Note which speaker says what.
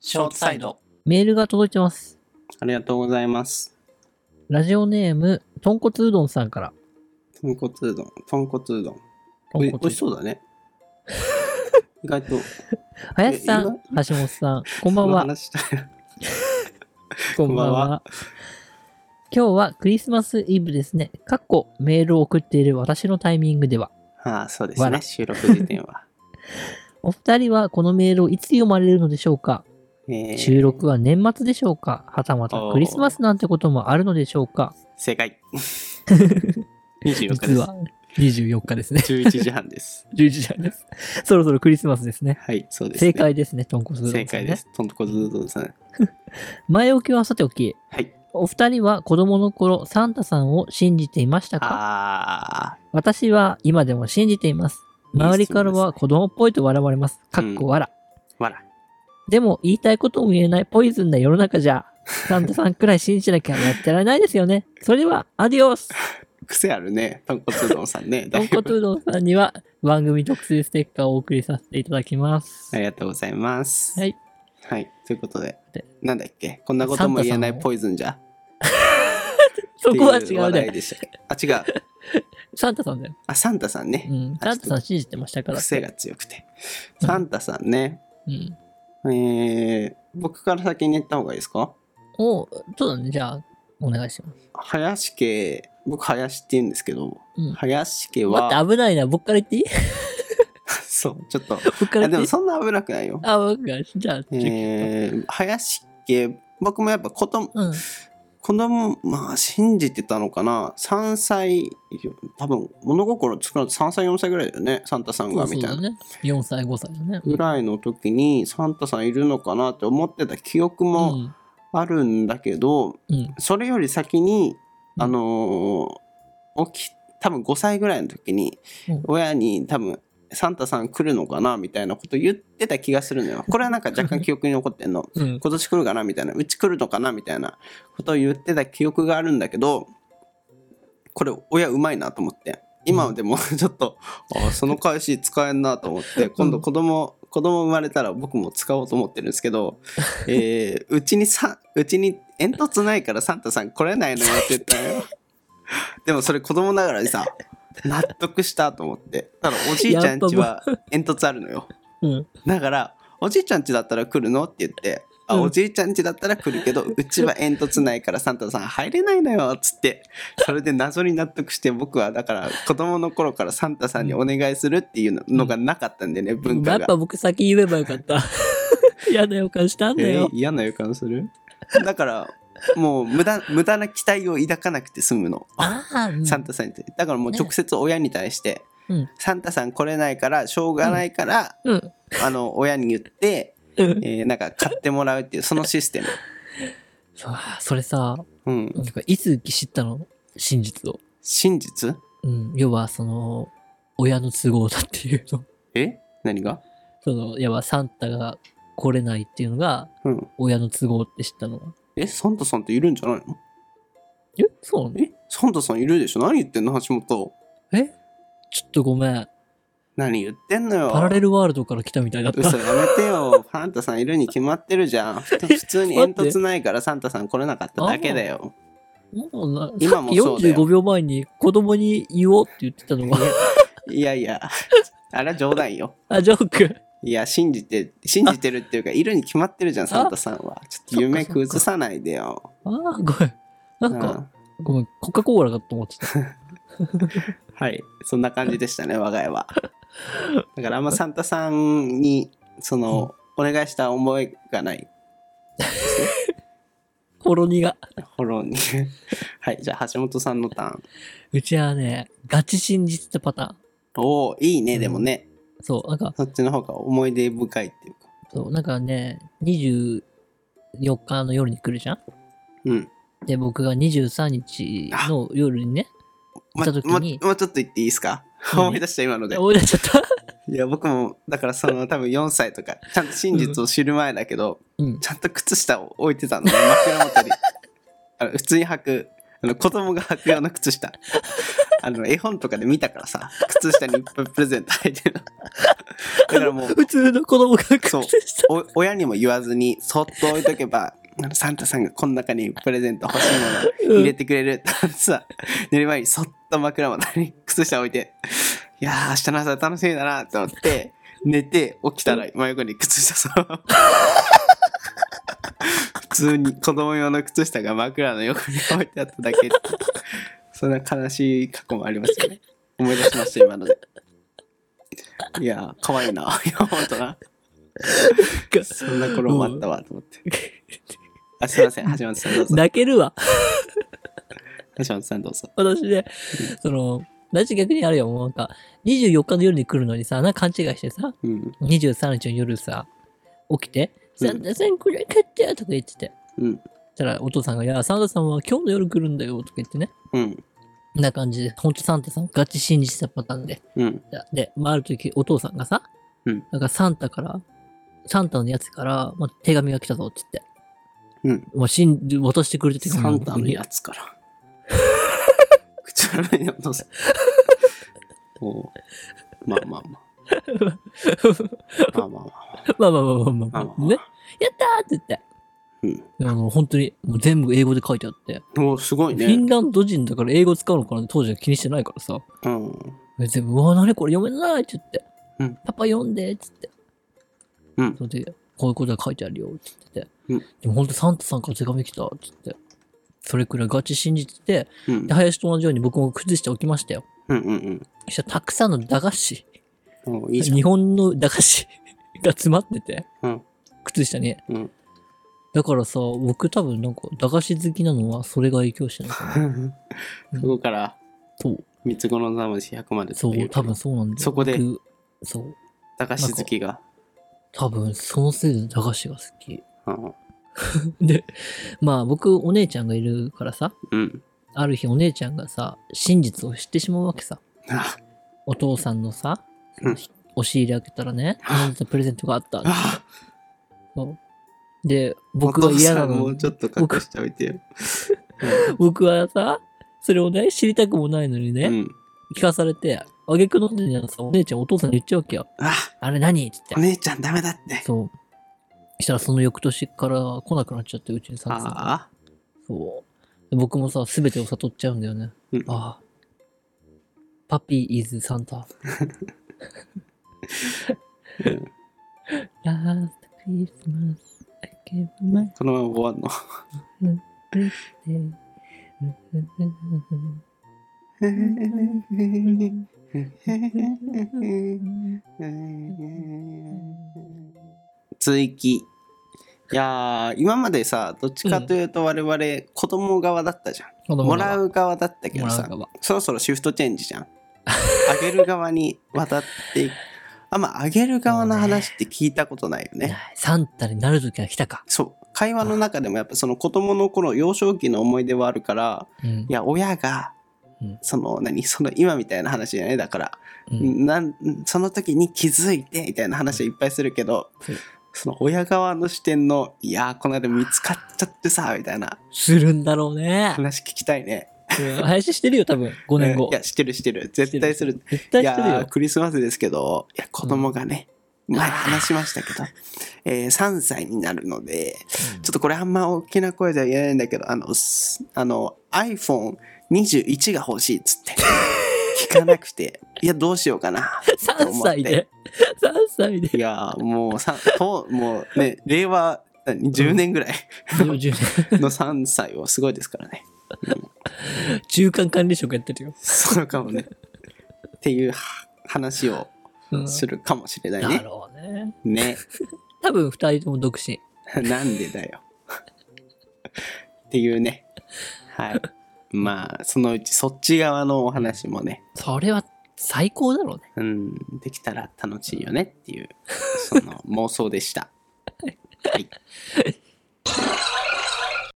Speaker 1: ショートサイド。
Speaker 2: メールが届いてます。
Speaker 1: ありがとうございます。
Speaker 2: ラジオネーム、豚骨うどんさんから。
Speaker 1: 豚骨うどん、豚骨うどん。お
Speaker 2: 豚
Speaker 1: い
Speaker 2: 骨
Speaker 1: 美味しそうだ ね。意外と、
Speaker 2: 林さん、
Speaker 1: え
Speaker 2: 橋本さん、こん ば
Speaker 1: こ
Speaker 2: ん
Speaker 1: の
Speaker 2: は。
Speaker 1: 話したいな。
Speaker 2: こんばん
Speaker 1: こんばん
Speaker 2: は。今日はクリスマスイブですね。かっこメールを送っている私のタイミングでは。
Speaker 1: ああ、そうです
Speaker 2: わ
Speaker 1: ね。
Speaker 2: ら
Speaker 1: 収録時点は。
Speaker 2: お二人はこのメールをいつ読まれるのでしょうか
Speaker 1: えー
Speaker 2: 収録は年末でしょうかはたまたクリスマスなんてこともあるのでしょうか
Speaker 1: 正 解。24日
Speaker 2: 実
Speaker 1: で
Speaker 2: は24日ですね。
Speaker 1: す。11時半です。
Speaker 2: 11時半です。そろそろクリスマスですね。
Speaker 1: はい、そうです、ね。
Speaker 2: 正解ですね、豚骨うどんさん
Speaker 1: 正
Speaker 2: ね
Speaker 1: 解です。豚骨うどんさん。
Speaker 2: 前置きはさておき、
Speaker 1: はい。
Speaker 2: お二人は子供の頃サンタさんを信じていましたか
Speaker 1: ああ、
Speaker 2: 私は今でも信じています。周りからは子供っぽいと笑われます。かっこ笑。
Speaker 1: わら。
Speaker 2: でも言いたいことも言えないポイズンな世の中 じゃ、サンタさんくらい信じなきゃやってられないですよね。それでは、アディオ ス
Speaker 1: 癖あるね。豚骨うどんさん ね。だ
Speaker 2: と
Speaker 1: い
Speaker 2: んこ
Speaker 1: ぶ
Speaker 2: うどんさんには番組特製ステッカーをお送りさせていただきます
Speaker 1: あ。りがとうございます。
Speaker 2: はい。
Speaker 1: はい。ということで
Speaker 2: で、
Speaker 1: なんだっけこんなことも言えな
Speaker 2: サンタさん
Speaker 1: い
Speaker 2: を
Speaker 1: ポイズンじゃ。
Speaker 2: そこは
Speaker 1: って
Speaker 2: 違
Speaker 1: いう話
Speaker 2: う
Speaker 1: 題
Speaker 2: ね。
Speaker 1: でしたっけあ、違う。
Speaker 2: サンタさんだよ。
Speaker 1: あ、サンタさん
Speaker 2: う
Speaker 1: ね。
Speaker 2: ん。サンタさん信じてましたから。
Speaker 1: 癖が強くて。
Speaker 2: うん
Speaker 1: サンタさんね。
Speaker 2: うん。
Speaker 1: えー、僕から先に言った方がいいですか
Speaker 2: おそうだね。じゃあ、お願いします。
Speaker 1: 林家、僕林って言うんですけど、
Speaker 2: うん。
Speaker 1: 林家
Speaker 2: 待
Speaker 1: は、
Speaker 2: って、危ないな。僕から言っていい
Speaker 1: そう、ちょっと、
Speaker 2: 僕から
Speaker 1: あで
Speaker 2: 言っ
Speaker 1: も
Speaker 2: ていい
Speaker 1: そんな危なくないよ。
Speaker 2: あ、僕が。じゃあ、チェック
Speaker 1: えー、林家、僕もやっぱ子供、
Speaker 2: うん。
Speaker 1: 子供、まあ信じてたのかな ?3 歳、多分物心つくの3歳、4歳ぐらいだよね、サンタさん
Speaker 2: そ
Speaker 1: が
Speaker 2: うそ
Speaker 1: み
Speaker 2: う
Speaker 1: たい
Speaker 2: だ
Speaker 1: な。
Speaker 2: ね。4歳、5歳だね。
Speaker 1: ぐらいの時にサンタさんいるのかなって思ってた記憶
Speaker 2: う
Speaker 1: も
Speaker 2: ん。
Speaker 1: あるんだけど、
Speaker 2: うん。
Speaker 1: それより先に
Speaker 2: うん
Speaker 1: あのー起き多分5歳ぐらいの時に
Speaker 2: うん
Speaker 1: 親に多分サンタさん来るのかなみたいなこと言ってた気がするのよ。これはなんか若干記憶に残ってんの。
Speaker 2: う
Speaker 1: 今
Speaker 2: ん。
Speaker 1: 年来るかなみたいなうち来るのかなみたいなことを言ってた記憶があるんだけどこれ親うまいなと思って今でも ちょっと、あその返し使えんなと思って今度子供、子供生まれたら僕も使おうと思ってるんですけ ど、えーうちにさうちに煙突ないからサンタさん来れないのよって言ったのよでもそれ子供ながらにさ納得したと思ってただおじいちゃんちは煙突あるのよ
Speaker 2: うん。
Speaker 1: だから「おじいちゃん家だったら来るの?」って言って「あ
Speaker 2: うん
Speaker 1: おじいちゃん家だったら来るけどうちは煙突ないからサンタさん入れないのよ」っつってそれで謎に納得して僕はだから子供の頃からサンタさんにお願いするっていうのがなかったんでね文
Speaker 2: や
Speaker 1: 化
Speaker 2: っ
Speaker 1: が
Speaker 2: ぱ。僕先言えばよかった。 嫌な予感したんだ
Speaker 1: えー
Speaker 2: よ。
Speaker 1: 嫌な予感するだからもう無駄無駄な期待を抱かなくて済むの。
Speaker 2: ああ、うん
Speaker 1: サンタさんに対してだからもう直接親に対して、
Speaker 2: うん
Speaker 1: サンタさん来れないからしょうがないから、
Speaker 2: うん。
Speaker 1: あの親に言って
Speaker 2: うん。
Speaker 1: えーなんか買ってもらうっていうそのシステム。
Speaker 2: そうそれさ、
Speaker 1: うん、
Speaker 2: なんかいつ知ったの真実を。
Speaker 1: 真実
Speaker 2: うん。要は、その、親の都合だっていうの。
Speaker 1: え何が
Speaker 2: その、要はサンタが来れないっていうのが、
Speaker 1: うん。
Speaker 2: 親の都合って知ったのは。
Speaker 1: え、サンタさんっているんじゃないの
Speaker 2: えそうなの
Speaker 1: え、サンタさんいるでしょ何言ってんの橋本。
Speaker 2: えちょっとごめん。
Speaker 1: 何言ってんのよ。
Speaker 2: パラレルワールドから来たみたいだった。
Speaker 1: 嘘やめてよ。 サンタさんいるに決まってるじゃん。普通に煙突ないからサンタさん来れなかっただけだよ。
Speaker 2: もうな
Speaker 1: 今も
Speaker 2: さ
Speaker 1: そ
Speaker 2: っ
Speaker 1: う
Speaker 2: き
Speaker 1: だよ
Speaker 2: 45秒前に子供に言おうって言ってたのが、
Speaker 1: いやいや、あれは冗談よ。
Speaker 2: あ、ジョーク。
Speaker 1: いや、信じて、信じてるっていうか、いるに決まってるじゃん、サンタさんは。ちょっと夢
Speaker 2: そっかそっか
Speaker 1: 崩さないでよ。
Speaker 2: ああ、ごめん。なん
Speaker 1: う
Speaker 2: か、
Speaker 1: ん
Speaker 2: ごめん、コカ・コーラかと思ってた。
Speaker 1: はい、そんな感じでした ね、我が家は。だからあんまサンタさんに、その、お願いした思いがない、
Speaker 2: ほろ苦。
Speaker 1: フォローに。 はい、じゃあ、橋本さんのターン。
Speaker 2: うちはね、ガチ信じてたパターン。
Speaker 1: おお、いいね、
Speaker 2: うん
Speaker 1: でもね、
Speaker 2: そう、なんか、
Speaker 1: そっちの方が思い出深いっていうか。
Speaker 2: そう、なんかね、24日の夜に来るじゃん
Speaker 1: うん。
Speaker 2: で、僕が23日の夜にね、
Speaker 1: ま、
Speaker 2: 行った時
Speaker 1: ま、もう
Speaker 2: に
Speaker 1: ちょっと言っていいですか
Speaker 2: 何
Speaker 1: 思い出した、今ので。
Speaker 2: 思い出しちゃった。
Speaker 1: いや、僕も、だからその、多分4歳とか、ちゃんと真実を知る前だけど、
Speaker 2: うん。
Speaker 1: ちゃんと靴下を置いてた の、枕元に。あの普通に履く、あの子供が履くような靴 下。あの絵本とかで見たからさ、靴下にいっぱいプレゼント入ってるの。だからもう
Speaker 2: 普通の子供が学
Speaker 1: そう
Speaker 2: 生した。
Speaker 1: お親にも言わずにそっと置いとけば あのサンタさんがこの中にプレゼント欲しいもの入れてくれる、 さ寝る前にそっと枕元に靴下置いていやー明日の朝楽しみだなと思って寝て起きたら真横に靴下その 普通に子供用の靴下が枕の横に置いてあっただけそんな悲しい過去もありますよね思い出しました今のでいやー可愛いな 山本なそんな頃もあったわと思って。あすいません、橋本さんどうぞ。
Speaker 2: 泣けるわ。
Speaker 1: 橋本さんどうぞ。
Speaker 2: 私ね、その、私逆にあるよ、もうなんか、24日の夜に来るのにさ、なんか勘違いしてさ、
Speaker 1: うん、
Speaker 2: 23日の夜さ、起きて、
Speaker 1: うん
Speaker 2: サンタさん来なかったとか言ってて。
Speaker 1: うん、
Speaker 2: そしたらお父さんが、いや、サンタさんは今日の夜来るんだよとか言ってね。
Speaker 1: うん、
Speaker 2: んな感じで、ほんとサンタさんガチ信じてたパターンで。
Speaker 1: うん、
Speaker 2: で、まあ、ある時お父さんがさ、
Speaker 1: うん
Speaker 2: なんかサンタから、サンタのやつから、まあ、手紙が来たぞって
Speaker 1: う
Speaker 2: 言って。
Speaker 1: ん。
Speaker 2: まあ、信じ渡してくれてて
Speaker 1: サンタのやつから。口悪いな、お父さん。おうまあまあま あ、まあまあまあ
Speaker 2: まあまあま
Speaker 1: まあ
Speaker 2: あまあまあ
Speaker 1: ま
Speaker 2: ま
Speaker 1: あ
Speaker 2: あ。ね。やったーって言って。であの、本当に、もう全部英語で書いてあって。
Speaker 1: うん。おうすごい
Speaker 2: フィン
Speaker 1: ね。
Speaker 2: ランド人だから英語使うのかなって当時は気にしてないからさ。
Speaker 1: うん。
Speaker 2: 全部、うわ、何これ読めないって言って。
Speaker 1: うん
Speaker 2: パパ読んでって言って。
Speaker 1: うん
Speaker 2: それで、こういうことが書いてあるよって言ってて。
Speaker 1: うん
Speaker 2: でも本当サンタさんから手紙来たって言って。それくらいガチ信じてて、
Speaker 1: うん
Speaker 2: で、。林と同じように僕も崩しておきましたよ。
Speaker 1: うんうん
Speaker 2: そしたらたくさんの駄菓子、
Speaker 1: うん。おういいじゃん。
Speaker 2: 日本の駄菓子が詰まってて、
Speaker 1: うん
Speaker 2: 靴下に。
Speaker 1: うん。
Speaker 2: だからさ、僕多分なんか駄菓子好きなのはそれが影響してるのかな。
Speaker 1: そこから、
Speaker 2: そう、
Speaker 1: 三つ子の魂100までって
Speaker 2: そ、
Speaker 1: いうう
Speaker 2: 多分そうなんだよ
Speaker 1: そこで
Speaker 2: 僕そう。
Speaker 1: 駄菓子好きが。
Speaker 2: 多分そのせいで駄菓子が好き。
Speaker 1: うん。
Speaker 2: で、まあ僕お姉ちゃんがいるからさ、
Speaker 1: うん。
Speaker 2: ある日お姉ちゃんがさ、真実を知ってしまうわけさ。
Speaker 1: あ
Speaker 2: お父さんのさ、
Speaker 1: うん
Speaker 2: 押し入れ開けたらね、あなたプレゼントがあった。
Speaker 1: あ
Speaker 2: そうで、僕は嫌な
Speaker 1: お父さんも
Speaker 2: の
Speaker 1: う。ちょっと隠しておいてよ。
Speaker 2: 僕はさ、それをね、知りたくもないのにね、
Speaker 1: うん。
Speaker 2: 聞かされて、あげくの手にはさ、お姉ちゃんお父さんに言っちゃうわけよ。
Speaker 1: あ
Speaker 2: あれ何って
Speaker 1: お
Speaker 2: 言っ
Speaker 1: 姉
Speaker 2: て。
Speaker 1: ちゃんダメだって。
Speaker 2: そう。したらその翌年から来なくなっちゃって、うちにさんさんが。
Speaker 1: ああ。
Speaker 2: そう。で僕もさ、すべてを悟っちゃうんだよね。
Speaker 1: うん
Speaker 2: ああ。パピーイズサンタ。Last Christmas, I gave my
Speaker 1: このまま終わんの。
Speaker 2: birthday.
Speaker 1: 追記。いやー今までさどっちかというと我々子供側だったじゃん、もら
Speaker 2: う
Speaker 1: う側だったけど
Speaker 2: もら
Speaker 1: さ
Speaker 2: う側。
Speaker 1: そろそろシフトチェンジじゃんあげる側に渡っていく あまああげる側の話って聞いたことないよね
Speaker 2: サンタになる時が来たか。
Speaker 1: そう会話の中でもやっぱその子供の頃幼少期の思い出はあるから
Speaker 2: うん
Speaker 1: い。や親が
Speaker 2: うん
Speaker 1: その何その今みたいな話じゃないだから
Speaker 2: うん
Speaker 1: なんその時に気づいてみたいな話はいっぱいするけど、
Speaker 2: うん
Speaker 1: その親側の視点の「いやーこの間見つかっちゃってさ」みたいな
Speaker 2: するんだろうね。
Speaker 1: 話聞きたいね。
Speaker 2: うん林してるよ、多分。5年後
Speaker 1: い。やしてるしてる絶対する。
Speaker 2: 絶
Speaker 1: い
Speaker 2: 対してる
Speaker 1: やー
Speaker 2: よ。
Speaker 1: クリスマスですけどいや子供がね、前話しましたけ ど、えー3歳になるのでちょっとこれあんま大きな声じゃ言えないんだけどあのすあの iPhone21 が欲しいっつって 聞かなくていやどうしようかな
Speaker 2: 3歳で。3歳で
Speaker 1: い。やーもうさ ともうね令和何10年ぐらい
Speaker 2: 40
Speaker 1: の3歳はすごいですから ね。
Speaker 2: 中間管理職やってるよ。
Speaker 1: そうかもね。っていうは話を
Speaker 2: うん
Speaker 1: するかもしれない
Speaker 2: だ
Speaker 1: ね。
Speaker 2: ろうね。
Speaker 1: ね。
Speaker 2: 多分二人とも独身。
Speaker 1: なんでだよ。っていうね。はい。まあそのうちそっち側のお話もね、
Speaker 2: それは最高だろうね。
Speaker 1: うん、できたら楽しいよねっていうその妄想でした。はい。